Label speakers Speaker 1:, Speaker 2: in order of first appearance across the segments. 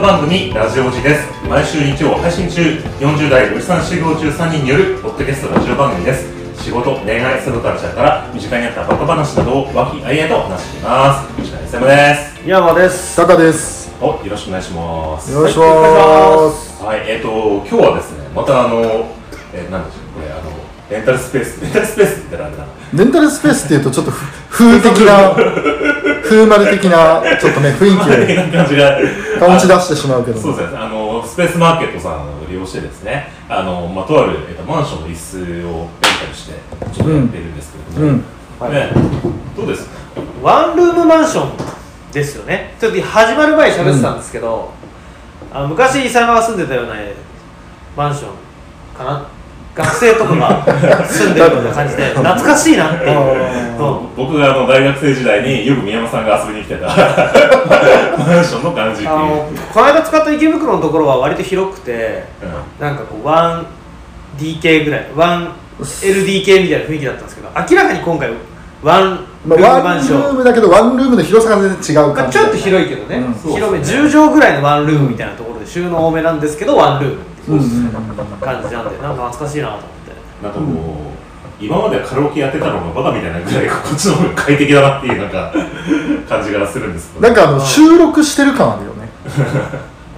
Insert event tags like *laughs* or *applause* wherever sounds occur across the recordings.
Speaker 1: 番組ラジオジです毎週日曜配信中40代おじさん4号中3人によるポッドキャストラジオ番組です仕事恋愛その他の社から身近にあったバカ話などを和気あいあいと話しています吉田勇です
Speaker 2: 山です
Speaker 3: タカです。
Speaker 1: およろしくお願いします
Speaker 3: よろしくお願いします。
Speaker 1: はいえっ、と今日はですねまたあのえー、なんでしょうこれあのレンタルスペースレンタルスペースって言ったらあれだな
Speaker 3: レンタルスペースっていうとちょっとふ風的な、風丸的な、ちょっとね、雰囲
Speaker 1: まあ *laughs*
Speaker 3: 気
Speaker 1: な感じが
Speaker 3: を醸し出してしまうけど
Speaker 1: そう
Speaker 3: も。
Speaker 1: ですね、あのスペースマーケットさんを利用してですね、あのまあ、とある、えっと、マンションの椅子をレンタルして、ちょっとやってるんですけれども、
Speaker 3: うん。
Speaker 2: はい
Speaker 1: ね、どうですか、
Speaker 2: ワンルームマンションですよねちょっと始まる前に喋ってたんですけど、あ昔伊佐山が住んでたようなマンションかな学生とかが住んでるような感じ
Speaker 3: *laughs*
Speaker 2: で懐かしいなっていう、
Speaker 3: あー
Speaker 2: うん
Speaker 1: 僕があの大学生時代によく宮山さんが遊びに来て
Speaker 3: *laughs*
Speaker 1: たマンションの感じっていう
Speaker 2: あ。のこの間使った池袋のところは割と広くて
Speaker 1: うん
Speaker 2: なんかこう 1DK ぐらい 1LDK みたいな雰囲気だったんですけど明らかに今回ワンルーム
Speaker 3: まあ、
Speaker 2: マ
Speaker 3: ワ
Speaker 2: ン
Speaker 3: ン
Speaker 2: シ
Speaker 3: ル
Speaker 2: ョン
Speaker 3: ームだけど、ワンルームの広さが全然違う
Speaker 2: ま
Speaker 3: 感
Speaker 2: あ、
Speaker 3: じ。
Speaker 2: ちょっと広いけどね、
Speaker 3: うん
Speaker 1: そう
Speaker 2: 広め
Speaker 1: そう
Speaker 2: 10畳ぐらいのワンルームみたいなところで収納多めなんですけどワンルームって
Speaker 3: うんうんうん。
Speaker 2: 感じ *laughs* なんでなんか懐かしいなと思って
Speaker 1: なんかもう、今までカラオケやってたのがバカみたいなぐらい、こっちの方が快適だなっていうなんか感じがするんですけど、
Speaker 3: なんかあの、収録してる感あるよね。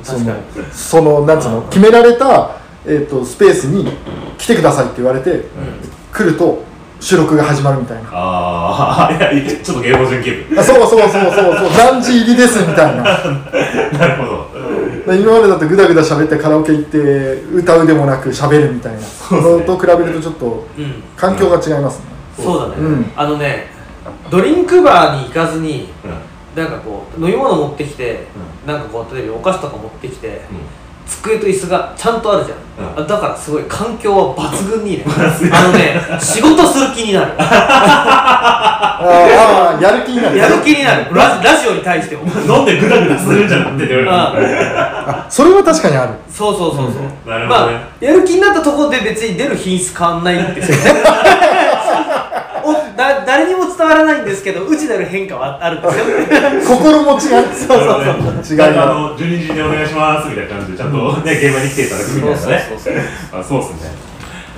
Speaker 3: そ
Speaker 2: 確か
Speaker 3: の
Speaker 2: に、
Speaker 3: その、なんつうの、決められた、えっと、スペースに来てくださいって言われて、来ると収録が始まるみたいな。
Speaker 1: ああ、いやちょっと芸能人気分、
Speaker 3: あそうそうそうそうそう、何時入りですみたいな。
Speaker 1: なるほど。
Speaker 3: 今までだとぐだぐだ喋ってカラオケ行って歌うでもなく喋るみたいなそ
Speaker 1: そうですね
Speaker 3: のと比べるとちょっと
Speaker 2: うん
Speaker 3: 環境が違いますね、
Speaker 2: そうだね、
Speaker 3: うん
Speaker 2: あのねドリンクバーに行かずに
Speaker 1: うんうん
Speaker 2: なんかこう飲み物持ってきて、なんかこう例えばお菓子とか持ってきて机と椅子がちゃんとあるじゃん、
Speaker 1: う
Speaker 2: あだからすごい環境は抜群 *laughs* にいいねあのね仕事する気にな *laughs* る
Speaker 3: あーあーやる気になる
Speaker 2: やる気になるラジラジオに対しても
Speaker 1: 飲んでグダグダするんじゃなくてね、
Speaker 2: あ
Speaker 3: *laughs* それは確かにある
Speaker 2: そうそうそうそう、
Speaker 1: なるほどね
Speaker 2: まあやる気になったところで別に出る品質変わんないんです
Speaker 1: *laughs*
Speaker 2: よねおだ誰にも伝わらないんですけどうちなる変化はあるんですよ
Speaker 3: 心持ちが *laughs* そう
Speaker 1: そう
Speaker 3: 違い
Speaker 1: あ
Speaker 3: が
Speaker 1: の12時にお願いしますみたいな感じでちゃんとね現場に来ていただくみたいなね
Speaker 2: そうそうそう
Speaker 1: あそうですね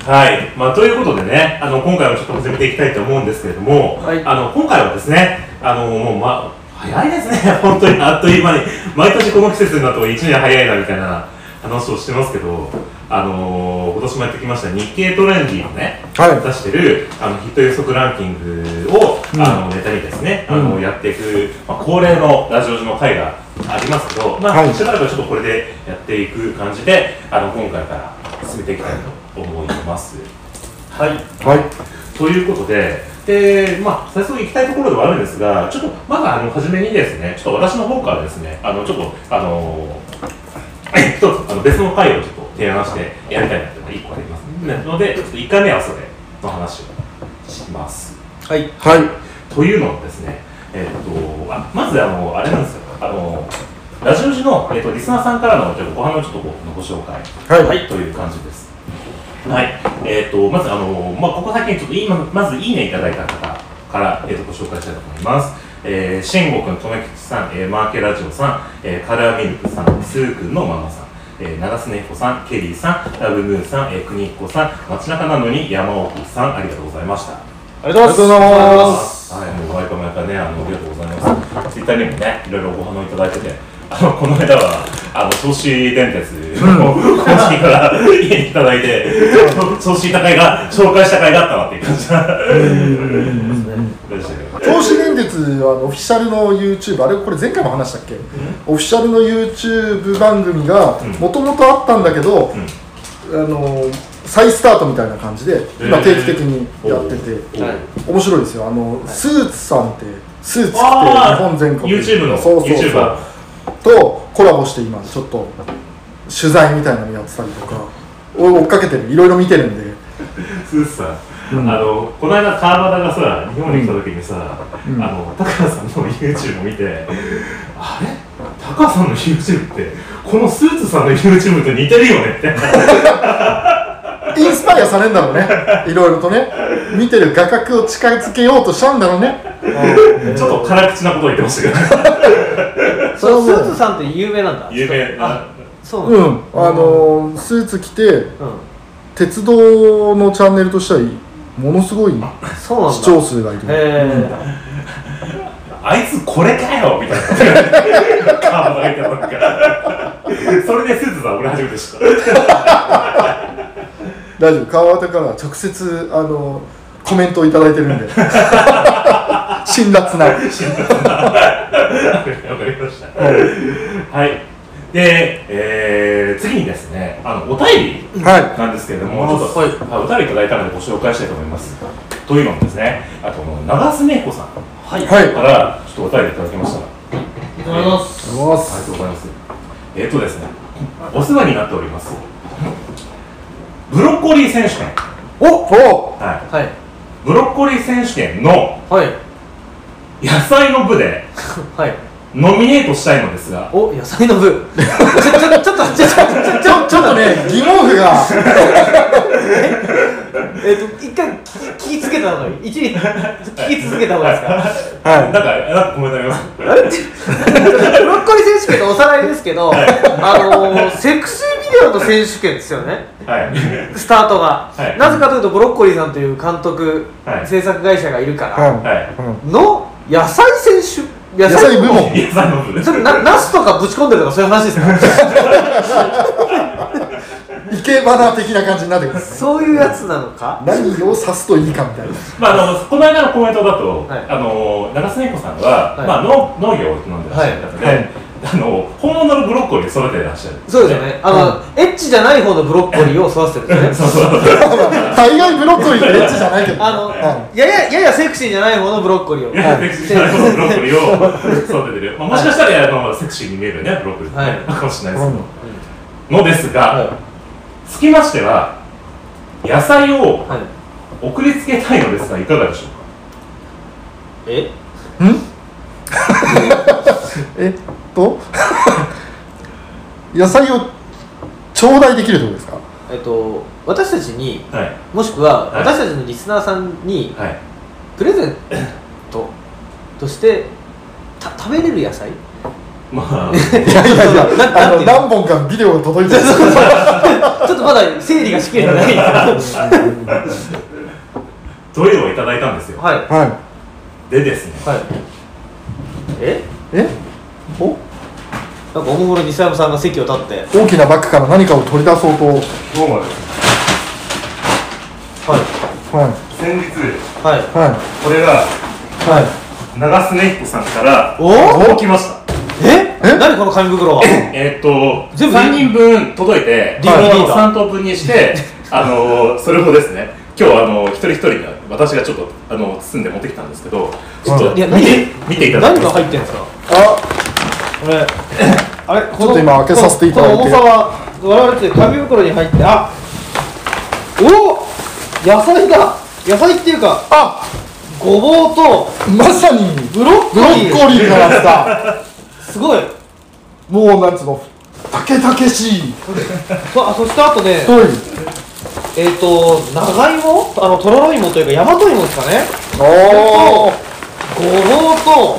Speaker 1: はいまあということでねあの今回はちょっと始めていきたいと思うんですけれども、
Speaker 2: はい
Speaker 1: あの今回はですねあのもうま早いですね *laughs* 本当にあっという間に毎年この季節になると1年早いなみたいな話をしてますけどあの今年もやってきました日経トレンディのね、
Speaker 3: はい
Speaker 1: 出してるあのヒット予測ランキングを、
Speaker 3: うん
Speaker 1: あのネタにですね、あ
Speaker 3: う
Speaker 1: のやっていく、まあ、恒例のラジオ時の回がありますけど、まあ
Speaker 3: はい
Speaker 1: しばらくはちょっとこれでやっていく感じであの今回から進めていきたいと思います。はい
Speaker 3: はい
Speaker 1: ということで、でまあ、早速行きたいところではあるんですが、ちょっとまずあの初めにですね、ちょっと私の方からですね、あのちょっと、あのー一つあの別の回をちょっと提案してやりたいなというのが1個ありますねので、ちょっと1回目はそれの話をします。
Speaker 2: はい
Speaker 3: はい
Speaker 1: というのもですね、えっとあまずあの、あれなんですよ、あのラジオ時の、えっとリスナーさんからのちょっとご飯のちょっとこうご紹介。
Speaker 3: はい
Speaker 1: はい、という感じです。はい、えっ、と、まず、あの、まあ、ここ最近、ちょっと、今、まず、いいねいただいた方から、えっ、と、ご紹介したいと思います。えー、慎吾くん、とめきちさん、えー、マーケラジオさん、えー、カラーミルクさん、スーくんのママさん、えー、長須根彦さん、ケリーさん、ラブムーンさん、えー、くにっこさん、街中なのに山奥さん、ありがとうございました。
Speaker 3: ありがとうございます
Speaker 1: はい、もう毎回毎回ね、あの、ありがとうございます。ツイッターにもね、いろいろご反応いただいてて、あの、この間は、あの、銚子電鉄の公式から家にいただいて、銚子高いが、紹介した会があったわっていう感じでしたけど。
Speaker 3: 銚子電鉄はあのオフィシャルの YouTube あれこれ前回も話したっけ、オフィシャルの YouTube 番組が
Speaker 1: うん
Speaker 3: もともとあったんだけど、あの再スタートみたいな感じで今定期的にやってて、
Speaker 2: はい
Speaker 3: 面白いですよあの、スーツさんってスーツって日
Speaker 1: あー
Speaker 3: 本全国
Speaker 1: YouTube の
Speaker 3: そうそうそう
Speaker 1: YouTuber
Speaker 3: とコラボして今ちょっと取材みたいなのやってたりとか追追っかけてるいろいろ見てるんで
Speaker 1: スーさん、
Speaker 3: うん
Speaker 1: あのこの間川端がさ日本に来た時にさ、
Speaker 3: うん
Speaker 1: あの高橋さんの YouTube を見てあれ高橋さんの YouTube ってこのスーツさんの YouTube と似てるよねって
Speaker 3: インスパイアされんだろうねいろいろとね見てる画角を近づけようとしたんだろうね
Speaker 1: ちょっと辛口なことを言ってました *laughs* けど、
Speaker 2: そのスーツさんって有名なんだ
Speaker 1: 有名
Speaker 2: あ
Speaker 1: な、
Speaker 2: そうな
Speaker 3: う
Speaker 2: んんだ、
Speaker 3: あのースーツ着て
Speaker 2: うん
Speaker 3: 鉄道のチャンネルとしてはいいものすごい
Speaker 2: そうなんだ
Speaker 3: 視聴数がいる
Speaker 2: え
Speaker 1: あいつこれかよみたいな顔されてたのかそれでスーツさん、俺初めて知った。
Speaker 3: 大丈夫川端から直接あのコメントを頂いただいてるん
Speaker 2: *laughs*
Speaker 3: で辛辣な
Speaker 1: わかりました。はい。で、えー、次にですね、あの、お便り
Speaker 3: は
Speaker 1: なんですけれども、ちょっと、
Speaker 2: はい
Speaker 1: お便りいただいたのでご紹介したいと思います。というのもですね、あと、長須芽子さんか
Speaker 2: ー、はい
Speaker 3: いはいありがとう
Speaker 1: ら、ちょっとお便りいただきました。あ
Speaker 2: いただきます
Speaker 3: ご
Speaker 1: り
Speaker 3: ざいま
Speaker 1: が
Speaker 3: す
Speaker 1: とうございます。えっ、とですね、お世話になっております。ブロッコリー選手権。
Speaker 3: おお
Speaker 1: はい。
Speaker 2: はい
Speaker 1: ブロッコリー選手権の
Speaker 2: はい
Speaker 1: 野菜の部で
Speaker 2: はい
Speaker 1: ノミネートしたいのですが、
Speaker 2: お野菜の部ちょちょちょっとちょちょちょち
Speaker 3: ちょ
Speaker 2: ょ
Speaker 3: ちょっとね疑問符が
Speaker 2: えっ、と一回聞き聞き続けた方がいい一聞き続けた方がいいですか
Speaker 1: なんか、なんかコメントあります。
Speaker 2: *laughs* ブロッコリー選手権のおさらいですけど、あのー、セクシービデオの選手権ですよね、
Speaker 1: はい。
Speaker 2: スタートが、
Speaker 1: はい
Speaker 2: なぜかというと、ブロッコリーさんという監督、
Speaker 1: はい
Speaker 2: 制作会社がいるから、
Speaker 3: は
Speaker 1: はい。
Speaker 3: い、うん、
Speaker 2: の野菜選手、野
Speaker 3: 野菜部門
Speaker 1: 野菜の部です
Speaker 2: そ。れな、ナスとかぶち込んでるとか、そういう話です
Speaker 3: *laughs*
Speaker 2: か、
Speaker 3: 生け花的な感じになってくるんですね
Speaker 2: そういうやつなのか、
Speaker 3: 何を指すといいかみたいな
Speaker 1: まあ、あのこの間のコメントだと、
Speaker 2: はい
Speaker 1: あの長須猫さんは、
Speaker 2: はい
Speaker 1: まあ、農農業を営んでらっしゃる方で、
Speaker 3: はいはい
Speaker 1: あの本物のブロッコリーを育ててらっしゃる
Speaker 2: そうですよね、あの、エッチじゃない方のブロッコリーを育ててるんです
Speaker 1: *laughs*
Speaker 2: よね。
Speaker 3: 大概ブロッコリーってエッチじゃないけど
Speaker 2: あの、
Speaker 3: は
Speaker 2: ややややセクシーじゃない方のブロッコリーを、
Speaker 1: いやセクシーなこのブロッコリーを育ててる、まあ、もしかしたら、いやまあまあセクシーに見えるよねブロッコリーって、
Speaker 2: はい
Speaker 1: かもしれないで
Speaker 3: う
Speaker 1: す
Speaker 3: ん
Speaker 1: けど、のですが、
Speaker 2: は
Speaker 1: つきましては野菜を
Speaker 2: いはい、
Speaker 1: 送りつけたいのですがいかがでしょうか
Speaker 2: え
Speaker 3: えっと野菜を頂戴できるってことですか
Speaker 2: えっと、私たちに
Speaker 1: はい
Speaker 2: もしくは
Speaker 1: はい
Speaker 2: 私たちのリスナーさんに
Speaker 1: はい
Speaker 2: プレゼントとしてた食べれる
Speaker 1: *laughs*
Speaker 2: 野菜
Speaker 1: まあ
Speaker 3: いやいやい
Speaker 2: な
Speaker 3: や、あ
Speaker 2: なん
Speaker 3: の
Speaker 2: ていうの
Speaker 3: 何本かビデオが届い
Speaker 2: *laughs*
Speaker 3: てる。
Speaker 2: ちょっとまだ整理がしきれ
Speaker 1: *laughs*
Speaker 2: てないんですけ
Speaker 1: どれをいただいたんです
Speaker 2: ど
Speaker 1: よ
Speaker 2: はい
Speaker 3: はい。
Speaker 1: でですね
Speaker 2: はいえ
Speaker 3: え、お、
Speaker 2: なんかおもむろに西山さんが席を立って
Speaker 3: 大きなバッグから何かを取り出そうと。はい。
Speaker 1: どうも
Speaker 2: は
Speaker 1: 先日
Speaker 2: いはい
Speaker 3: はい。
Speaker 1: これが
Speaker 3: はい。
Speaker 1: 長須根彦さんから
Speaker 2: お
Speaker 1: 届きました
Speaker 2: え
Speaker 3: え
Speaker 2: 何この紙
Speaker 1: *coughs*
Speaker 2: 袋は
Speaker 1: えーっと
Speaker 2: 全部
Speaker 1: 3人分届いて
Speaker 2: DVD だ
Speaker 1: 3等分にして
Speaker 2: *laughs*
Speaker 1: あのーそれをですね今日あのー一人一人が私がちょっとあのー包んで持ってきたんですけどちょっと
Speaker 2: いや
Speaker 1: 見て
Speaker 2: 何
Speaker 1: 見ていただ
Speaker 2: 何
Speaker 1: き
Speaker 2: が
Speaker 1: ます
Speaker 2: 入ってんですか
Speaker 3: あ、
Speaker 2: これ *coughs* あれこの
Speaker 3: ちょっと今開けさせていただいて
Speaker 2: この重さは我々って紙袋に入ってあおお野菜だ野菜っていうか
Speaker 3: あ、
Speaker 2: ごぼうと
Speaker 3: まさに
Speaker 2: ブロッコ
Speaker 3: ブロ
Speaker 2: リー
Speaker 3: ッコリーから来た。
Speaker 2: すごい
Speaker 3: もうなんつうの、たけたけしい。
Speaker 2: そあそしてあとね
Speaker 3: 太い。
Speaker 2: えっ、と長芋あのとろろ芋というか大和芋ですかね
Speaker 3: お
Speaker 2: ごぼう
Speaker 3: お。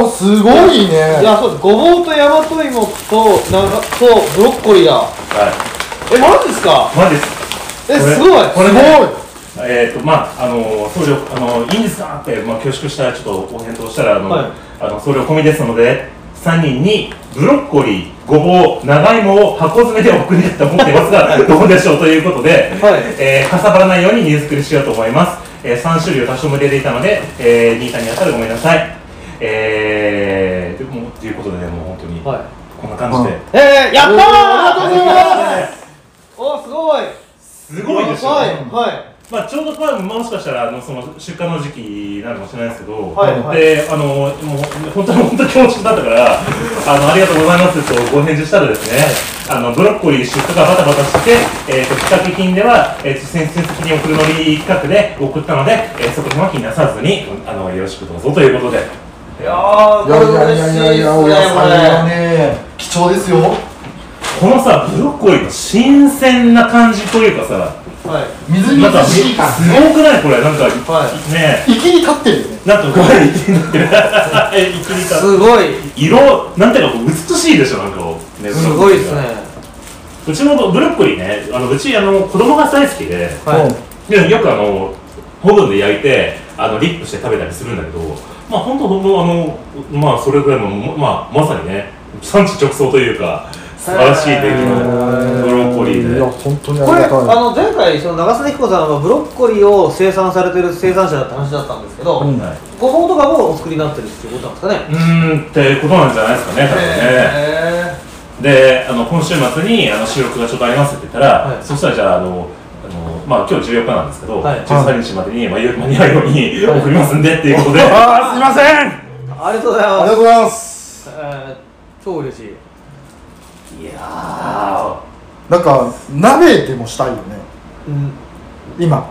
Speaker 3: あ、すごい
Speaker 2: とい
Speaker 3: ね。
Speaker 2: やそうですごぼうと大和芋と長とブロッコリーだ
Speaker 1: は
Speaker 2: えマジですか
Speaker 1: いマジです
Speaker 2: え
Speaker 1: これ
Speaker 2: すごい
Speaker 1: これ
Speaker 3: すごい。
Speaker 1: ねえーっとまああのー送料あのーいいんですかってまあ恐縮したらちょっとお返答したらあの、
Speaker 2: はい
Speaker 1: あの送料込みですので3人にブロッコリーごぼう長芋を箱詰めで送りたいと思っていますがどうでしょうということで、
Speaker 2: はい
Speaker 1: えーかさばらないように荷造りしようと思います、えー、3種類を多少も入れていたので、えー、兄さんに当たるごめんなさいえー、でもということでねもう本当に、
Speaker 2: は
Speaker 1: こんな感じで、
Speaker 2: いえー、やったー
Speaker 3: おーありが
Speaker 2: おーすごい
Speaker 1: すごいでしょ、
Speaker 2: はいはい
Speaker 1: まあ、ちょうどまあもしかしたらあのその出荷の時期なのかもしれないですけど、
Speaker 2: はいはい
Speaker 1: であのもう本当に本当に恐縮だったからあのありがとうございますとご返事したらですねあのブロッコリー出荷がバタバタして、えー、と企画金では、えー、と先進的に送るのり企画で送ったので、えー、そこは気になさずにあのよろしくどうぞということで
Speaker 2: いやー
Speaker 3: いやいやいやいやいや、お野菜は
Speaker 2: ね
Speaker 3: ね、貴重ですよ。
Speaker 1: このさブロッコリーの新鮮な感じというかさ
Speaker 2: はい
Speaker 3: 水に
Speaker 1: なんか、
Speaker 3: 浸
Speaker 1: す
Speaker 3: し
Speaker 1: ごくないこれ、なんか、
Speaker 2: はい
Speaker 1: ね
Speaker 3: 生きに立ってるよね
Speaker 1: え、なんか、これ、一気に *laughs* なってる。
Speaker 2: *laughs*
Speaker 1: 一気にか
Speaker 2: すごい
Speaker 1: 色、なんていうか、こう美しいでしょ、なんかこう、ね
Speaker 2: すごいですね。
Speaker 1: ブロッコリーがうちのブロッコリーね、あのうち、あの、子供が大好きで、
Speaker 2: はい
Speaker 1: でよくあのオーブンで焼いてあのリップして食べたりするんだけどまあ本当ほんとあのまあそれぐらいのまあまさにね産地直送というか素晴らしい出来のブロッコリー
Speaker 3: い
Speaker 1: で
Speaker 3: や本当にあり
Speaker 2: これあ
Speaker 3: がたい
Speaker 2: の前回その長曽彦さんはブロッコリーを生産されてる生産者だって話だったんですけど、
Speaker 3: うん
Speaker 1: はい
Speaker 2: ごぼうとかもお作りになってるっていうことなんで
Speaker 1: う
Speaker 2: すかね
Speaker 1: ーんってことなんじゃないですかね多分ね
Speaker 2: へ
Speaker 1: であの今週末にあの収録がちょっとありますって言ったら、
Speaker 2: はい
Speaker 1: そしたらじゃああのあのまあ今日14日なんですけど、
Speaker 2: はい
Speaker 1: 13日までに、まあ、間に合うように送りますんでっていうことで、
Speaker 3: あーすいませんあ
Speaker 2: えありがとうござい
Speaker 3: りが
Speaker 2: ま
Speaker 3: とう
Speaker 2: す
Speaker 3: ございます
Speaker 2: えー超嬉しい
Speaker 1: いやー
Speaker 3: なんか鍋でもしたいよね
Speaker 2: うん
Speaker 3: 今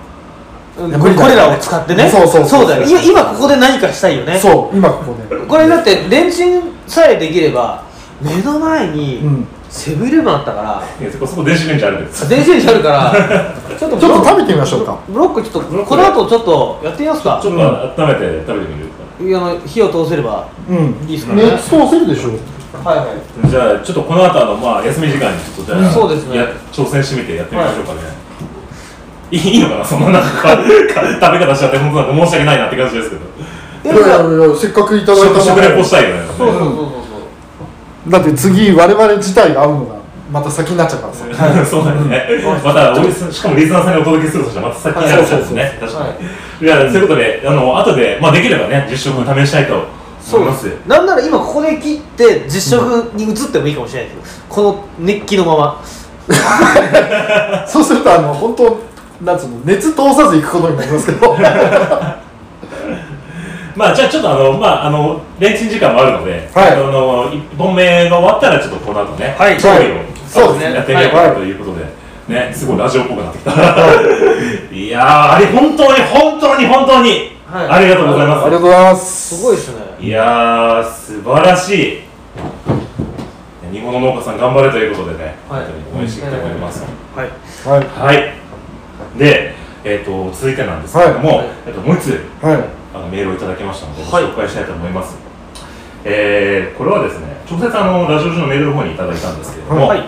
Speaker 2: うん
Speaker 3: いや
Speaker 2: これ
Speaker 3: 無
Speaker 2: こ
Speaker 3: 理
Speaker 2: れ
Speaker 3: だよね
Speaker 2: らを使ってね
Speaker 3: そうそうそ
Speaker 2: そ
Speaker 3: う
Speaker 2: うだよい今ここで何かしたいよね
Speaker 3: そう今ここで
Speaker 2: これだってレンチンさえできれば目の前に
Speaker 3: うん
Speaker 2: セブンイレブンあったから
Speaker 1: いやそこそこ電子レンジあるんです
Speaker 2: 電子レンジあるからちょっと
Speaker 3: ちょっと食べてみましょうか
Speaker 2: ブロックちょっ
Speaker 1: ブロック
Speaker 2: とこの後ちょっとやってみますか
Speaker 1: ちょっと温めて食べてみる
Speaker 2: いやあの火を通せれば
Speaker 3: うん
Speaker 2: いいっすかね
Speaker 3: 熱通せるでしょ
Speaker 2: はいはい
Speaker 1: じゃあちょっとこの後あのまあ休み時間にちょっとじゃあ、
Speaker 2: うんそうですね
Speaker 1: や挑戦してみてやってみましょうかね、い、いのかなそんななんか食べ方しちゃって本当なんか申し訳ないなって感じですけど
Speaker 3: い
Speaker 2: で
Speaker 3: や
Speaker 2: もさ
Speaker 3: いやいやせっかくいただいた
Speaker 1: 食食レ
Speaker 3: も
Speaker 1: ポしたいよね
Speaker 2: そうそうそうそうそう
Speaker 3: のだって次我々自体が合うのがまた先になっちゃうから
Speaker 1: *laughs*
Speaker 3: さ
Speaker 1: そうだよねまたおリスしかもリスナーさんにお届けするとしたらまた先になっちゃうんですね、確かに、
Speaker 2: はい
Speaker 1: い、やそういうことであの後でまあできればね実食も試したいと
Speaker 2: そ
Speaker 1: 思いうま
Speaker 2: ですすなんなら今ここで切って実食に移ってもいいかもしれないですけどこの熱気のまま
Speaker 3: そうするとあの本当なんつうの熱通さず行くことになりますけど
Speaker 1: まあじゃあちょっとあのまああのレンチン時間もあるので、
Speaker 3: はい
Speaker 1: あの一本目が終わったらちょっとこの後ね、
Speaker 2: はい
Speaker 1: 調理を
Speaker 3: そうですね
Speaker 1: やってみようか
Speaker 3: はい
Speaker 1: なということで、ねすごいラジオっぽくなってきた。いやーあれ本当に本当に本当に、
Speaker 2: はい
Speaker 1: ありがとうござい
Speaker 3: ありが
Speaker 1: ま
Speaker 3: とうございます
Speaker 2: すごいですね
Speaker 1: す。いやー素晴らしい。日本の農家さん頑張れということでね、
Speaker 2: はい
Speaker 1: 本当に応援していきたいと思います。
Speaker 2: はい
Speaker 3: はい
Speaker 1: はい。で、えっ、と続いてなんですけれども、
Speaker 2: はい
Speaker 1: えっともう一つ。
Speaker 3: はい
Speaker 1: あのメールをいただきましたので、ご
Speaker 2: はい
Speaker 1: 紹介したいと思います、えーこれはですね直接あのラジオ上のメールの方にいただいたんですけれども、
Speaker 2: はい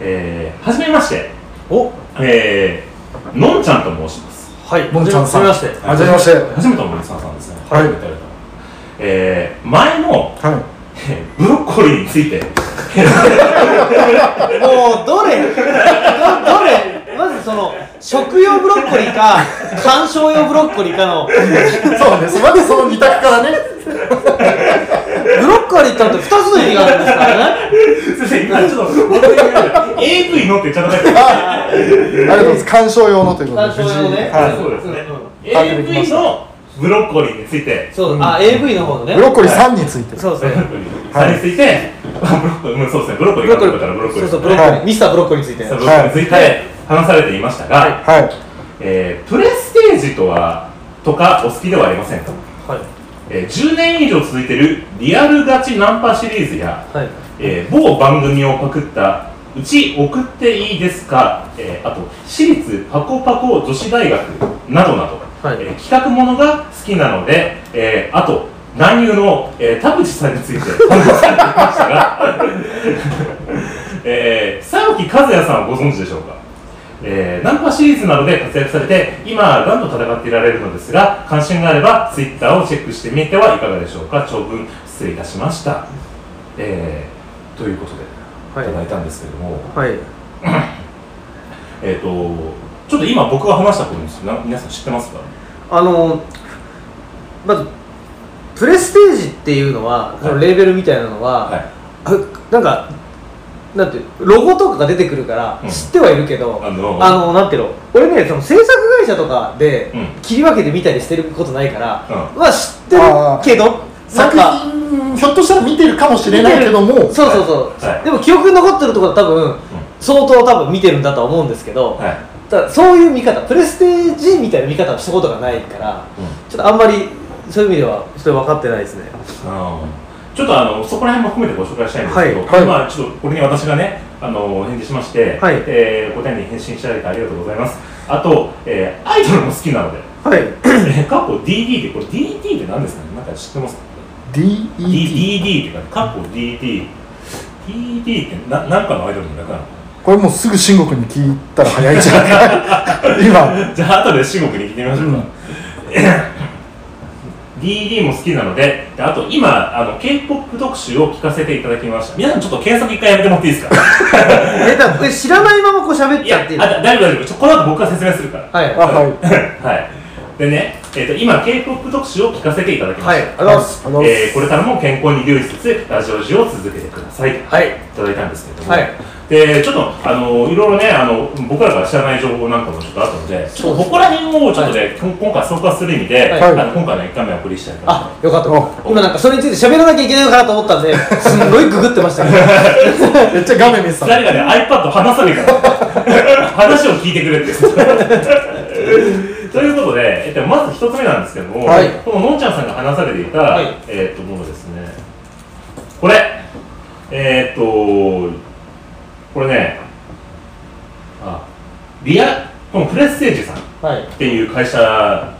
Speaker 1: えーはじめまして、
Speaker 2: お
Speaker 1: えーのんちゃんと申します
Speaker 2: はい
Speaker 3: のんちゃんさん
Speaker 2: はじめまして
Speaker 3: はじめまして
Speaker 1: 初めての森さんさんですね
Speaker 3: はい
Speaker 1: 初めていただいたのえー前の
Speaker 3: はい
Speaker 1: えーブロッコリーについて
Speaker 2: もうどれどどれまずその食用ブロッコリーか観賞用ブロッコリーかの
Speaker 3: そうねそまずその二択からね
Speaker 2: ブロッコリーってあって2つの意味があるんですからね
Speaker 1: 先生今ちょっと本当に AV のって言っちゃった
Speaker 3: あありがとうございます鑑賞用のということで
Speaker 2: 鑑賞用のね
Speaker 3: はい
Speaker 1: そうですね
Speaker 2: うんうん
Speaker 1: AV のブロッコリーについて
Speaker 2: そう、あ AV の方のね
Speaker 3: ブロッコリー3について
Speaker 2: そうですね
Speaker 1: されていて、まあブロッコリーうんそうですね、ブロッコ
Speaker 2: ブ
Speaker 1: リー
Speaker 2: ロ
Speaker 1: が
Speaker 2: ッコリ
Speaker 1: だからブロッコリ
Speaker 2: ーそ
Speaker 1: ー
Speaker 2: うそうブロッコリー、
Speaker 3: は
Speaker 2: ミスターブロッコリーについて
Speaker 1: ブロ
Speaker 2: は
Speaker 1: ッコリーについて話されていましたが、
Speaker 3: はい
Speaker 1: えープレステージとはとかお好きではありませんか、
Speaker 2: い
Speaker 1: えー10年以上続いているリアルガチナンパシリーズや、
Speaker 2: はい
Speaker 1: えー某番組をパクったうち送っていいですか、えーあと私立パコパコ女子大学などなど、
Speaker 2: はい
Speaker 1: えー企画ものが好きなので、えーあと男優の、えー田淵さんについて話されていましたが *laughs* えー沢木和也さんをご存知でしょうかえーナンパシリーズなどで活躍されて今がんと戦っていられるのですが関心があればツイッターをチェックしてみてはいかがでしょうか長文失礼いたしました、えーということでいただいたんですけれども、
Speaker 2: はい
Speaker 1: えっ、とちょっと今僕が話したことについてな皆さん知ってますか
Speaker 2: あのまずプレステージっていうのは、
Speaker 1: い
Speaker 2: そのレーベルみたいなのは、
Speaker 1: はい
Speaker 2: あなんかなんていうロゴとかが出てくるから
Speaker 1: うん
Speaker 2: 知ってはいるけど、
Speaker 1: あの
Speaker 2: あのなんていうの俺ねその制作会社とかで
Speaker 1: うん
Speaker 2: 切り分けて見たりしてることないから、
Speaker 1: う
Speaker 2: まあ知ってるけどなん
Speaker 3: 作
Speaker 2: か
Speaker 3: 品ひょっとしたら見てるかもしれないけども
Speaker 2: そうそうそう、
Speaker 1: はい
Speaker 2: でも記憶に残ってるところは多分、相当多分見てるんだとは思うんですけど、
Speaker 1: はい、
Speaker 2: ただそういう見方プレステージみたいな見方をしたことがないからちょっとあんまりそういう意味ではそれ分かってないですね
Speaker 1: ちょっとあのそこら辺も含めてご紹介したいんですけど、
Speaker 3: はいはい
Speaker 1: まあちょっとこれに私がねあの返事しまして、
Speaker 2: はい
Speaker 1: えー、お答えに返信いただいてありがとうございます。あと、えーアイドルも好きなので、 *laughs*
Speaker 2: はい
Speaker 1: えー、かっこ DD って、これ DD って何ですかねなんか知ってますか
Speaker 3: DET
Speaker 1: ?DD ってか、かっこ DD。DD ってななんかのアイドルの略なの
Speaker 3: これもうすぐ慎吾君に聞いたら早いじゃん今
Speaker 1: *laughs* じゃあ後で四国に来てみましょう *coughs* か、DD も好きなのでであと今あの K-POP 特集を聞かせていただきました皆さんちょっと検索一回やめてもらっていいですか
Speaker 2: *laughs* えだからえ知らないままこう喋っ
Speaker 1: い
Speaker 2: ち
Speaker 1: や
Speaker 2: ゃ
Speaker 1: あ
Speaker 2: っていい
Speaker 1: だ大丈夫大丈夫ちょこの後僕が説明するから
Speaker 2: はい
Speaker 3: あは
Speaker 1: *laughs*
Speaker 3: い
Speaker 1: はいでね、えー、と今 K-POP 特集を聞かせていただきま
Speaker 2: はい
Speaker 1: し
Speaker 2: あ
Speaker 1: た、
Speaker 2: りがとうございます
Speaker 3: あの
Speaker 1: えーこれからも健康に留意しつつラジオ時を続けてくださいとい
Speaker 2: はい
Speaker 1: ただいたんですけれども、
Speaker 2: はい
Speaker 1: でちょっとあのいろいろねあの僕らが知らない情報なんかもちょっとあったのでちょっとここら辺をちょっとね、今今回総括する意味で、
Speaker 2: はい
Speaker 1: あの今回の1回目はお送りしたいと思います
Speaker 2: あよかっ
Speaker 3: お
Speaker 2: た今なんかそれについて喋らなきゃいけないのかなと思ったん *laughs* ですんごいググってましたけど
Speaker 3: めっちゃ画面見てた
Speaker 1: 誰がね iPad 離さないから
Speaker 2: *laughs*
Speaker 1: 話を聞いてくれってということで、えっと、まず一つ目なんですけども、
Speaker 2: はい
Speaker 1: こののんちゃんさんが話されていた、
Speaker 2: はい
Speaker 1: えっとものですねこれえっとこれねあリアこのプレッセージさん
Speaker 2: はい
Speaker 1: っていう会社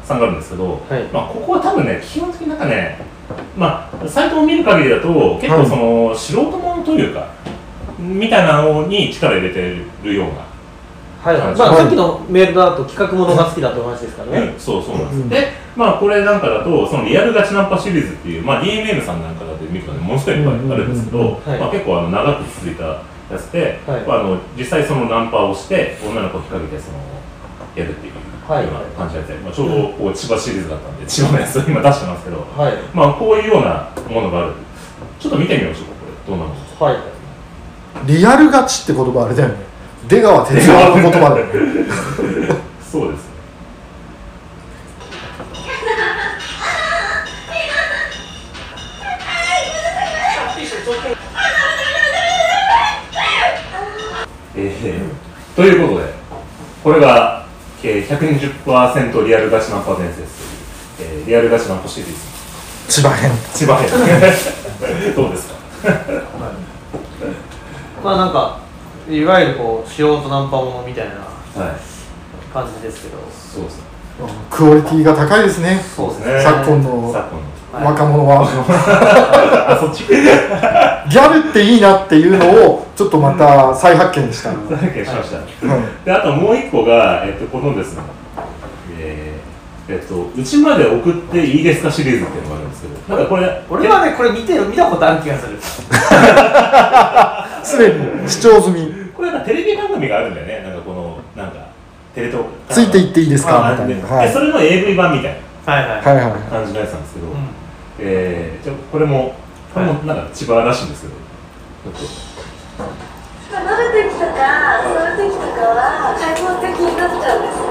Speaker 1: さんがあるんですけど、
Speaker 2: い
Speaker 1: まあ、ここは多分ね、基本的になんかね、まあ、サイトを見る限りだと、結構その、素人ものというか、みたいなのに力入れてるような
Speaker 2: はいまあ
Speaker 3: はい
Speaker 2: さっきのメールだと企画ものが好きだってお話ですからね
Speaker 1: うん、そうそうなんです、
Speaker 3: うん
Speaker 1: でまあこれなんかだとそのリアルガチナンパシリーズっていう、まあ、DMM さんなんかだと見るとねものすごいいっぱいあるんですけど、
Speaker 3: うんうんうん
Speaker 2: はい
Speaker 1: まあ、結構あの長く続いたやつで、
Speaker 2: はい
Speaker 1: まあ、あの実際そのナンパをして女の子を引っ掛けてそのやるっていうよう
Speaker 2: はい
Speaker 1: な感じのやつで、まあ、ちょうどこう千葉シリーズだったんで千葉のやつを今出してますけど、
Speaker 2: はい
Speaker 1: まあ、こういうようなものがあるちょっと見てみましょうかこれどうなのか
Speaker 2: はい
Speaker 3: リアル勝ちって言葉あれだよね出川哲朗の言葉だよね
Speaker 1: そうですねえー、ということでこれが、えー、120%リアルガチナンパ伝説という、えー、リアルガチナンパシリーズ
Speaker 3: 千葉編
Speaker 1: 千葉編 *laughs* どうですか
Speaker 2: まあなんかいわゆるこう素人ナンパものみたいな
Speaker 1: はい
Speaker 2: 感じですけど
Speaker 1: そうですね
Speaker 3: クオリティが高いですね
Speaker 2: そうです
Speaker 1: ね
Speaker 3: 昨今の
Speaker 1: 昨今の
Speaker 2: はい
Speaker 3: 若者は
Speaker 1: あそっち
Speaker 3: ギャルっていいなっていうのをちょっとまた再発見でした、うん
Speaker 1: 再しました、であともう一個が、えっと、このですね、えーえっと、うちまで送っていいですかシリーズっていうのがあるんですけど、なんかこれ、
Speaker 2: 俺はねこれ見てる見たことある気がする
Speaker 3: すでに視聴済み
Speaker 1: これなんかテレビ番組があるんだよね、なんかこの、なんか、テレ東
Speaker 3: ついていっていいですか
Speaker 1: あ
Speaker 3: みた
Speaker 1: で
Speaker 3: いな、はい、
Speaker 1: でそれの AV 版みたい
Speaker 2: はいはい
Speaker 3: はいは
Speaker 1: な感じのやつなんですけど、
Speaker 2: うん
Speaker 1: えー、じゃあこれも、これもなんか千葉らしいんですけど、ちょっ
Speaker 4: 飲む時とかそういう時とかは開放的になっちゃうんですよ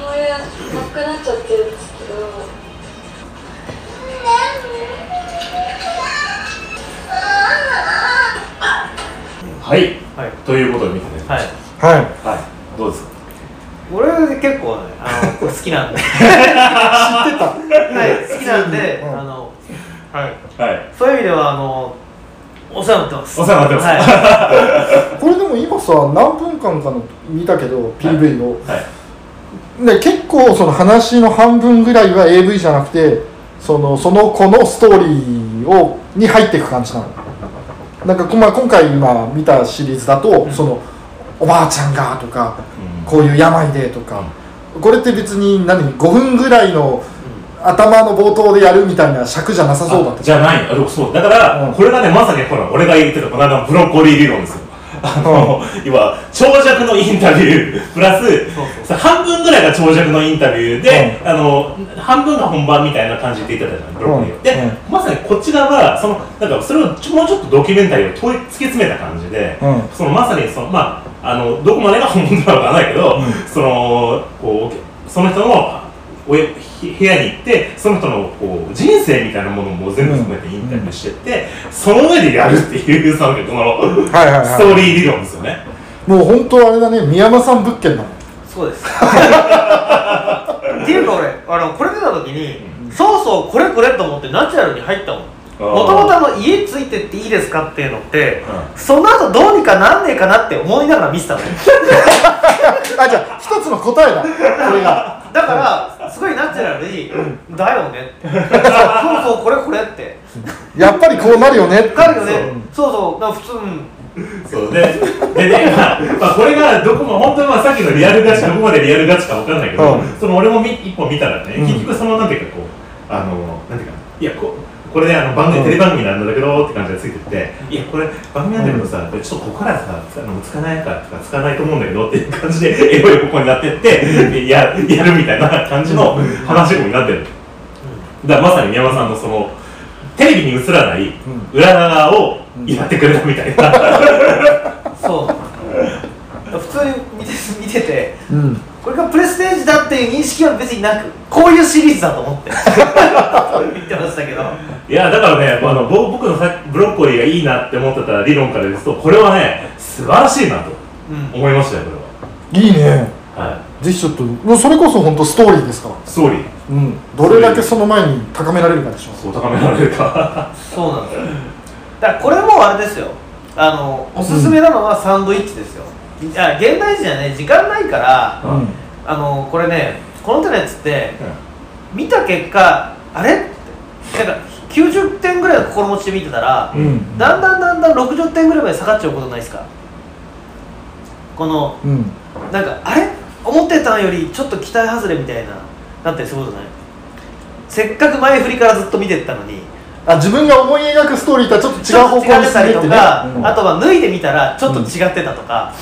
Speaker 4: 母親なくなっちゃってるんですけど
Speaker 1: とはい、
Speaker 2: はい
Speaker 1: ということで見てね、
Speaker 2: はい
Speaker 3: いはい
Speaker 1: はい、どうですか
Speaker 2: 俺結構ねあ *laughs* のこれ好きなんで知ってたはい好きなんで、
Speaker 3: うん
Speaker 2: あのはい
Speaker 1: はい、
Speaker 2: そういう意味ではあのお世話になってます
Speaker 1: お世話になってます
Speaker 2: は
Speaker 3: これでも今さ何分間かの見たけど PV を、
Speaker 1: はい、
Speaker 3: で結構その話の半分ぐらいは AV じゃなくてそのその子のストーリーをに入っていく感じなのなんかこ、まあ、今回今見たシリーズだと、そのおばあちゃんがとか
Speaker 1: うん
Speaker 3: こういう病でとか、これって別に何5分ぐらいの頭の冒頭でやるみたいな尺じゃなさそうだっ
Speaker 1: あ
Speaker 3: た
Speaker 1: じゃないあでもそうだから、
Speaker 3: うん
Speaker 1: これがねまさにほら俺が言ってたこの間のブロッコリー理論ですよあの、要は長尺のインタビュープラス
Speaker 2: そう
Speaker 1: さ半分ぐらいが長尺のインタビューで、あの半分が本番みたいな感じで言ってたじゃないブロッコリーを、
Speaker 3: うん
Speaker 1: で、まさにこっち側がそのなんかそれをちょもうちょっとドキュメンタリーを問い突き詰めた感じで、
Speaker 3: うん
Speaker 1: そのまさにそのまああのどこまでが本物なのかわからないけど、そのこうその人のおやひ部屋に行ってその人のこう人生みたいなものも全部含めてインタビューしてって、その上でやるっていうそのこの
Speaker 3: はいはい
Speaker 1: ストー
Speaker 3: は
Speaker 1: リー理論ですよね。
Speaker 3: いもう本当あれだね宮山さん物件なの
Speaker 1: *laughs*
Speaker 2: そうですっていうか俺あのこれ出た時に、そうそうこれこれと思ってナチュラルに入ったもんもともとあの家ついてっていいですかっていうのって、
Speaker 1: う *laughs*
Speaker 2: その後どうにかなんねえかなって思いながら見てたのよ
Speaker 3: あじゃあ一つの答えだこれが
Speaker 2: だからすごいナチュラルに「だよね」って「そうそうこれこれ」って
Speaker 3: やっぱりこうなるよね
Speaker 2: 「彼がねそうそうなんか普通うん
Speaker 1: そうで、でね、まあ、まあこれがどこも、本当にまあさっきのリアルガチ、どこまでリアルガチかわかんないけど、
Speaker 3: うん
Speaker 1: その俺もみ一本見たらね、
Speaker 3: うん
Speaker 1: 結局その、なんていうか、こう、あの、なんていうか、いや、ここれね、あの番組、
Speaker 3: うん
Speaker 1: テレビ番組なんだけどって感じがついてって、いや、これ、番組なんだけどさ、これちょっとここからさ、つあのつかないからとか、つかないと思うんだけどっていう感じで、エロいここになってって、ややるみたいな感じの話になってる。だからまさに宮山さんのその、テレビに映らない裏側をやってくれたみたいな。
Speaker 2: そう普通に見て見てて
Speaker 3: うん
Speaker 2: これがプレステージだっていう認識は別になくこういうシリーズだと思って言ってましたけど
Speaker 1: いやだからね、あのぼ僕のさブロッコリーがいいなって思ってた理論からですとこれはね素晴らしいなと
Speaker 2: うん
Speaker 1: 思いましたよこれ
Speaker 3: いいね
Speaker 1: ははい
Speaker 3: ぜひちょっともうそれこそ本当ストーリーですから
Speaker 1: ストーリー
Speaker 3: うんどれだけその前に高められるかでしょ
Speaker 1: そう高められるか
Speaker 2: そうなんですよだからこれもあれですよあのおすすめなのはサンドイッチですよ、いや現代人じゃね時間ないから
Speaker 1: う
Speaker 3: うんん
Speaker 2: あのこれねこの手のやつって見た結果あれってなんか90点ぐらいの心持ちで見てたら、
Speaker 3: うん
Speaker 2: だんだんだんだん60点ぐらいまで下がっちゃうことないですかこの
Speaker 3: うん
Speaker 2: なんかあれ思ってたんよりちょっと期待外れみたいななったりすることないせっかく前振りからずっと見てったのに
Speaker 3: あ自分が思い描くストーリーとはちょっと
Speaker 2: ち
Speaker 3: 違う
Speaker 2: ょっと
Speaker 3: 方向
Speaker 2: 違
Speaker 3: に
Speaker 2: って
Speaker 3: 進ん
Speaker 2: た
Speaker 3: で
Speaker 2: り
Speaker 3: っ
Speaker 2: と
Speaker 3: てね
Speaker 2: か、
Speaker 3: うん
Speaker 2: あとは脱いでみたらちょっと違ってたとか、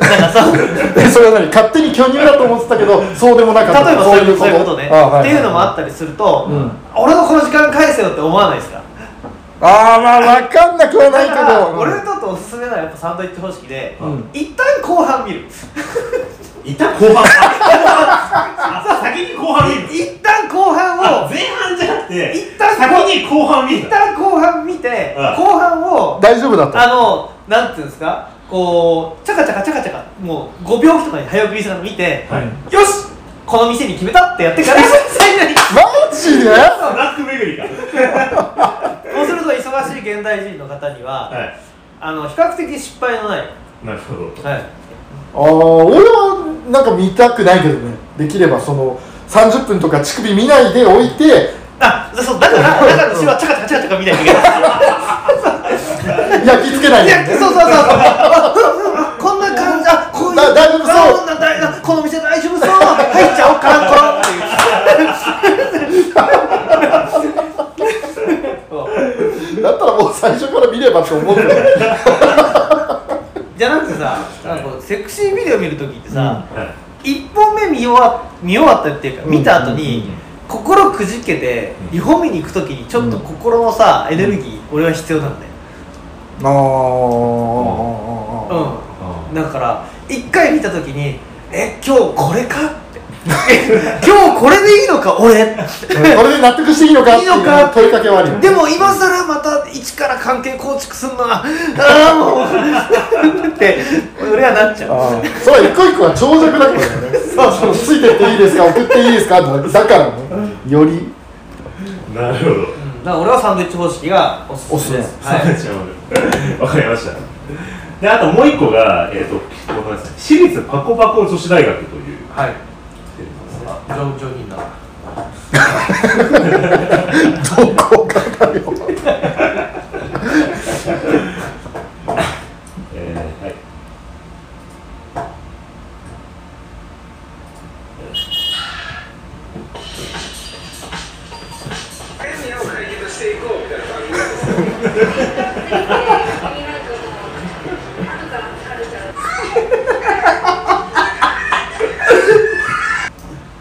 Speaker 2: なんか
Speaker 3: *laughs*
Speaker 2: そう
Speaker 3: えそれは何勝手に巨乳だと思ってたけどそうでもなかった
Speaker 2: 例えばそういうそういうことね、
Speaker 3: あは
Speaker 2: っていうのもあ
Speaker 3: あ
Speaker 2: ったりすると、
Speaker 3: うん
Speaker 2: 俺のこの時間返せよって思わないですか
Speaker 3: あーまあ分かんなくはな
Speaker 2: だ
Speaker 3: い
Speaker 2: か
Speaker 3: け
Speaker 2: ら、
Speaker 3: どうん
Speaker 2: 俺にとっておすすめなのはやっぱサンドイッチ方式で、
Speaker 3: うん
Speaker 2: 一旦後半見る
Speaker 1: いった後半あ先に後半見る
Speaker 2: *laughs* 一旦後半
Speaker 1: あ
Speaker 2: を
Speaker 1: 前半じゃなくて
Speaker 2: 一旦
Speaker 1: 先に後半見
Speaker 2: 一
Speaker 1: る
Speaker 2: 旦後半見て、
Speaker 1: うん
Speaker 2: 後半を
Speaker 3: 大丈夫だと
Speaker 2: あのなんていうんですかこうチャカチャカチャカチャカもう5秒とかに早送りしながら見て、
Speaker 1: はい
Speaker 2: よしこの店に決めたってやってから最後に
Speaker 3: マジ
Speaker 1: ブ
Speaker 3: で
Speaker 1: ラック巡りか
Speaker 2: そうすると忙しい現代人の方に
Speaker 1: は
Speaker 2: は、
Speaker 1: い
Speaker 2: あの比較的失敗のない、
Speaker 1: なるほど
Speaker 3: ああ俺はなんか見たくないけどねできればその30分とか乳首見ないでおいて
Speaker 2: あそうだからだから私はチャカチャカチャカチャカ見ないといけない
Speaker 3: 焼き付けないい
Speaker 2: や、
Speaker 3: で
Speaker 2: そうそ
Speaker 3: ね
Speaker 2: うそうそう。こんな感じ、あ、こういう。
Speaker 3: だ大丈夫そう
Speaker 2: あこんな大丈夫この店大丈夫そう。入っちゃおうかな、このっていう。
Speaker 3: だったらもう最初から見ればと思うけどね
Speaker 2: じゃなくてさ、なんかこうセクシービデオ見るときってさ、
Speaker 1: はい
Speaker 2: 一本目見終わ見終わったっていうか、見た後に、
Speaker 1: うん
Speaker 2: 心くじけて
Speaker 1: うん
Speaker 2: 2本目に行くときにちょっと心のさ、エネルギー俺は必要なんだよ、
Speaker 3: ああ
Speaker 2: うん、
Speaker 1: あ
Speaker 2: だから一回見た時に「え今日これか?」
Speaker 3: *laughs*
Speaker 2: って「今日これでいいのか俺」
Speaker 3: これで納得していいのかってい
Speaker 2: いいのか
Speaker 3: う問いかけはあるよね
Speaker 2: でも今更また一から関係構築すんのはああもう *laughs* って俺はなっちゃう
Speaker 3: あーそれは一個一個は長尺だけどねそうそうついてっていいですか送っていいですかだからねより
Speaker 1: ーなるほど
Speaker 2: うんだから俺はサンドイッチ方式がおすすめです
Speaker 3: おすす
Speaker 2: はい
Speaker 1: 違うわかりましたであともう一個が、えー、とごめんなさい私立パコパコ女子大学という
Speaker 2: はい
Speaker 1: えーと
Speaker 2: 上上品な
Speaker 3: どこかだよ
Speaker 1: えーはい
Speaker 5: 悩みを解決していこうみたいな番組なんですよ
Speaker 4: 後から疲れちゃう。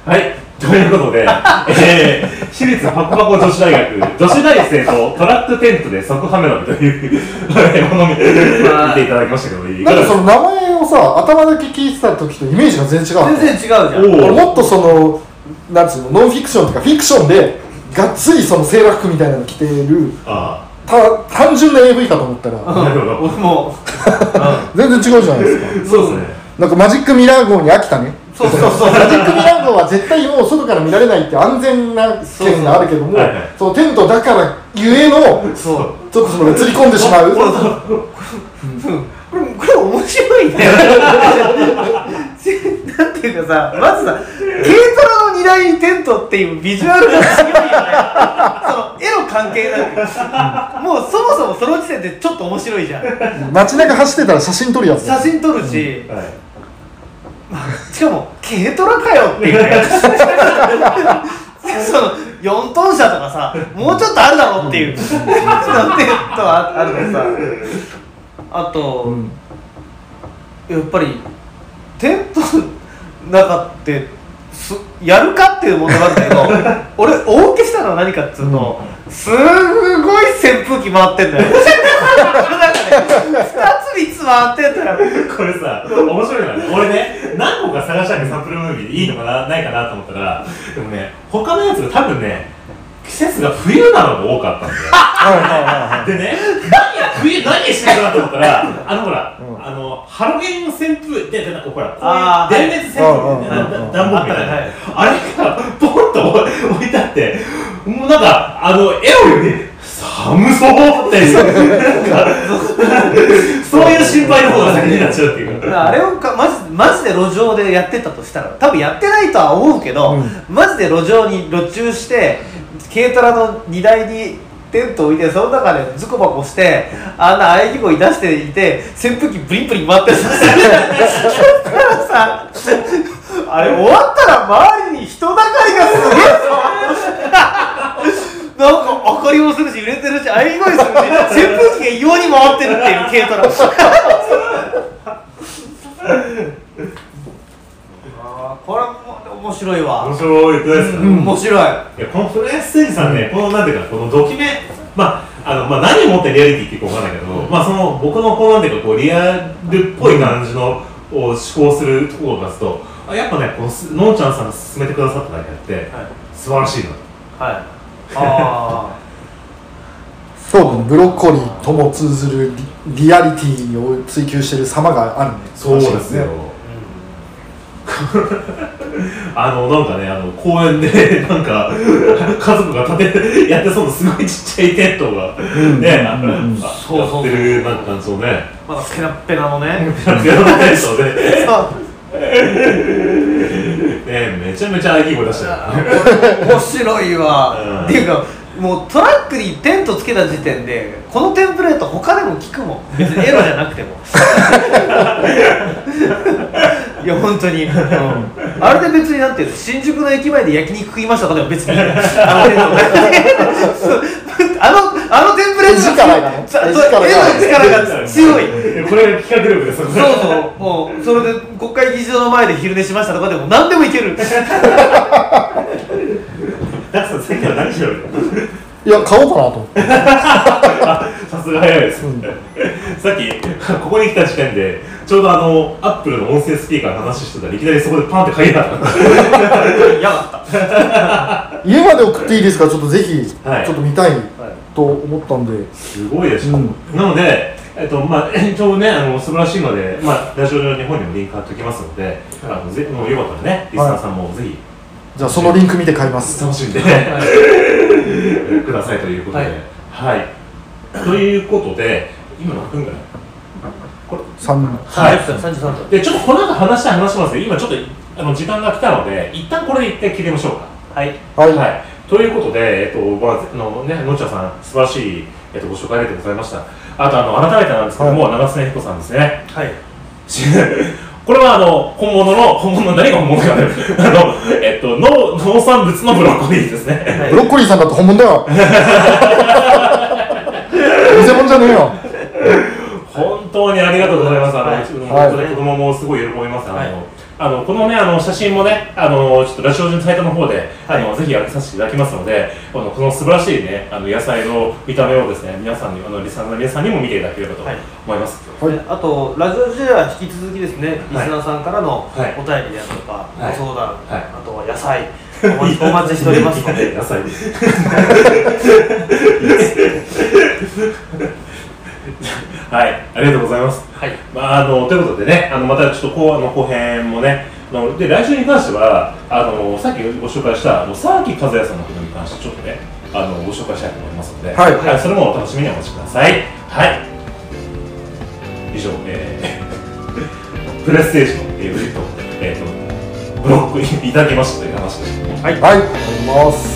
Speaker 1: はい、ということ
Speaker 3: *laughs*
Speaker 1: で、えー、私立パコパコ女子大学、女子大生とトラックテントで即ハメロンと
Speaker 3: *laughs*
Speaker 1: いうものを見ていただきましたけど、いか
Speaker 3: な
Speaker 1: がで
Speaker 3: んか
Speaker 1: す
Speaker 3: そ
Speaker 1: か
Speaker 3: の名前をさ頭だけ聞いてた時とイメージが全然違う
Speaker 2: 全然違うじゃん
Speaker 1: おう
Speaker 3: もっとそのなんつうのノンフィクションとかフィクションでがっつりそのセーラー服みたいなの着てる
Speaker 1: あ
Speaker 3: た単純な AV かと思った *laughs* ら
Speaker 1: なるほど
Speaker 2: 俺も
Speaker 3: 全然違うじゃないですか
Speaker 1: あ、そうですね。
Speaker 3: なんかマジックミラー号に飽きたね
Speaker 2: そうそうそう
Speaker 3: マジックミラー号は絶対もう外から見られないって安全な件があるけども
Speaker 1: そうそうはいはい
Speaker 3: そのテントだからゆえの
Speaker 2: そう
Speaker 3: ちょっとその映り込んでしまう
Speaker 2: これこれ面白いねなんていうかさまずさ軽トラの荷台にテントっていうビジュアルが強いよねその絵の関係なくもうそもそもその時点でちょっと面白いじゃん
Speaker 3: 街中走ってたら写真撮るやつ
Speaker 2: 写真撮るし、
Speaker 1: はい
Speaker 2: しかも軽トラかよっていうねその4トン車とか *laughs* さもうちょっとあるだろうっていうなんていうのはあるのさあと、
Speaker 3: うん
Speaker 2: やっぱりテントの中ってすやるかっていう問題なんだ *laughs* けど俺お受けしたのは何かっつうと、すごい扇風機回ってんだ *laughs* よなんかね2つ3つ回ってんだよ
Speaker 1: これさ、面白いのはね、俺ね、何個か探したんで、サンプルムービーでいいのかな、ないかなと思ったから、でもね、他のやつが多分ね、季節が冬なのが多かったんだよ。
Speaker 3: はいはいはいはい
Speaker 1: でね、何や冬何してるかなと思ったら、あのほら、
Speaker 3: うん
Speaker 1: あのハロゲン扇風で、でなんかほら、こ
Speaker 2: あー
Speaker 1: ういう電熱扇風みたい
Speaker 3: うんうんうんう
Speaker 1: な、
Speaker 3: ん
Speaker 1: 暖房みたいな、
Speaker 2: はい
Speaker 1: あれがポンと置いてあって、もうなんか、あの、絵をより、寒そうって、
Speaker 3: *laughs*
Speaker 1: なんか、 *laughs* そういう心配の方が先になっちゃうっていう
Speaker 2: だ
Speaker 1: か。
Speaker 2: からあれをかマジマジで路上でやってたとしたら多分やってないとは思うけど、
Speaker 3: うん
Speaker 2: マジで路上に路中して軽トラの荷台にテントを置いてその中でズコバコしてあんな喘ぎ声出していて扇風機ブリンブリン回ってるさ *laughs* だからさあれ終わったら周りに人だかりがすげえぞなんか明かりもするし揺れてるし喘ぎ声するし扇風機が異様に回ってるっていう軽トラあーこれも面白いわ
Speaker 1: 面白いくらいですか、ね
Speaker 2: 面白い
Speaker 1: いやこのプロレスステージさんね、このなんていうか、このドキュメ、まあ、あの、まあ、何をもってリアリティっていうかわかんないけど、まあ、その、僕のこうなんていうか、こう、リアルっぽい感じの、を思考するところを出すと、あやっぱね、このす、のんちゃんさんが勧めてくださっただけあって、
Speaker 2: はい
Speaker 1: 素晴らしいな。
Speaker 2: はいあ
Speaker 3: そうだねブロッコリーとも通ずるリリアリティを追求してる様があるね
Speaker 1: そうですよ。あの、なんかね、あの、公園で、 *laughs* なんか、家族が建て、やってそうなすごいちっちゃいテントが、ね、あの
Speaker 3: うん
Speaker 1: あ
Speaker 2: そうそうそう
Speaker 1: やってる、なんか感じのね、
Speaker 2: あまだペラッペラのね
Speaker 1: やってるテントで、
Speaker 2: そう
Speaker 1: *laughs* ねめちゃめちゃ大きい声出してるな
Speaker 2: 面白いわ、
Speaker 1: うん
Speaker 2: っていうかもうトラックにテントつけた時点でこのテンプレート他でも聞くもん別にエロじゃなくてもいや本当に、うんあれで別になんていうの新宿の駅前で焼肉食いましたとかでも別にいいよあのテントそうあのあのテンプレート
Speaker 3: 絵力がね
Speaker 2: そう
Speaker 3: 絵
Speaker 2: 絵の
Speaker 3: 力が
Speaker 2: 力が強い
Speaker 1: これが企画力ですよ
Speaker 2: そうそう、もう、それで国会議事堂の前で昼寝しましたとかでも、何でもいける。
Speaker 1: *laughs* ダクさんさっきから何しろ
Speaker 3: いや買おうかなと思って
Speaker 1: さすが早いです、
Speaker 3: うん
Speaker 1: さっきここに来た時点でちょうどあのアップルの音声スピーカーの話してたらいきなりそこでパンって鍵が
Speaker 2: やだっ
Speaker 3: 家まで送っていいですかちょっとぜひち
Speaker 1: はい
Speaker 3: ょっと見たい
Speaker 2: た。はい
Speaker 3: と思ったんで、
Speaker 1: すごいでしょ、
Speaker 3: うん
Speaker 1: なのでえっとまあ、ちょうどね、あの素晴らしいので、まあ、ラジオ上の本にもリンク貼っておきますので、あのぜもうよかったらね、リスナーさんもぜひ
Speaker 3: じゃあそのリンク見て買います
Speaker 1: 楽しんで、 *laughs* くださいということで、はい、ということで今何分ぐらい
Speaker 3: 三
Speaker 1: はい
Speaker 2: 30分、33分。
Speaker 1: でちょっとこの後話したい話しますけど今ちょっとあの時間が来たので一旦これで一回切りましょうか
Speaker 2: はい。
Speaker 3: はい、
Speaker 1: はい、ということで、えっとまああのね、のっちゃんさん、素晴らしい、えっと、ご紹介ありがとうございました。あと、あの改めてなんですけども、長瀬彦さんですね。 *laughs*
Speaker 2: はい。
Speaker 1: しこれはあの本物の、本物の何が本物かね、あのえっと農農産物のブロッコリーですね。
Speaker 3: ブロッコリーさんだって本物だよ偽物じゃねえよ
Speaker 1: 本当にありがとうございます。あの、
Speaker 2: はいう
Speaker 1: ちの
Speaker 3: はい
Speaker 1: 本当に子供もすごい喜びます。あの、
Speaker 2: はい
Speaker 1: あのこのね、あの写真もね、あのちょっとラジオ中のサイトの方で、
Speaker 2: はい
Speaker 1: あのぜひ上げさせていただきますので、このこの素晴らしいね、あの野菜の見た目をですね、皆さんにあのリスナーの皆さんにも見ていただければと
Speaker 2: はい
Speaker 1: 思います。
Speaker 3: はい
Speaker 2: であと、ラジオ時代は引き続きですね、リスナーさんからのお
Speaker 1: はい
Speaker 2: 便りであるとか、
Speaker 1: はい
Speaker 2: ご相談、
Speaker 1: はい
Speaker 2: あとは野菜、お待ちお待ちしておりますので、
Speaker 1: 野
Speaker 2: *laughs*
Speaker 1: 菜。 *laughs* はい、ありがとうございます。
Speaker 2: はい。
Speaker 1: まあ、あのということでね、あのまたちょっと後あの後編もね、あので来週に関してはあの、さっきご紹介したあの沢木和也さんのことに関して、ちょっとねあの、ご紹介したいと思いますので、
Speaker 3: はい
Speaker 1: それもお楽しみにお待ちください。はい、 *laughs* 以上、えープレステージの、えー、ウィット、えーと
Speaker 6: ブロックいただきましたという話です。
Speaker 7: はい
Speaker 1: はい、ありがとうございます。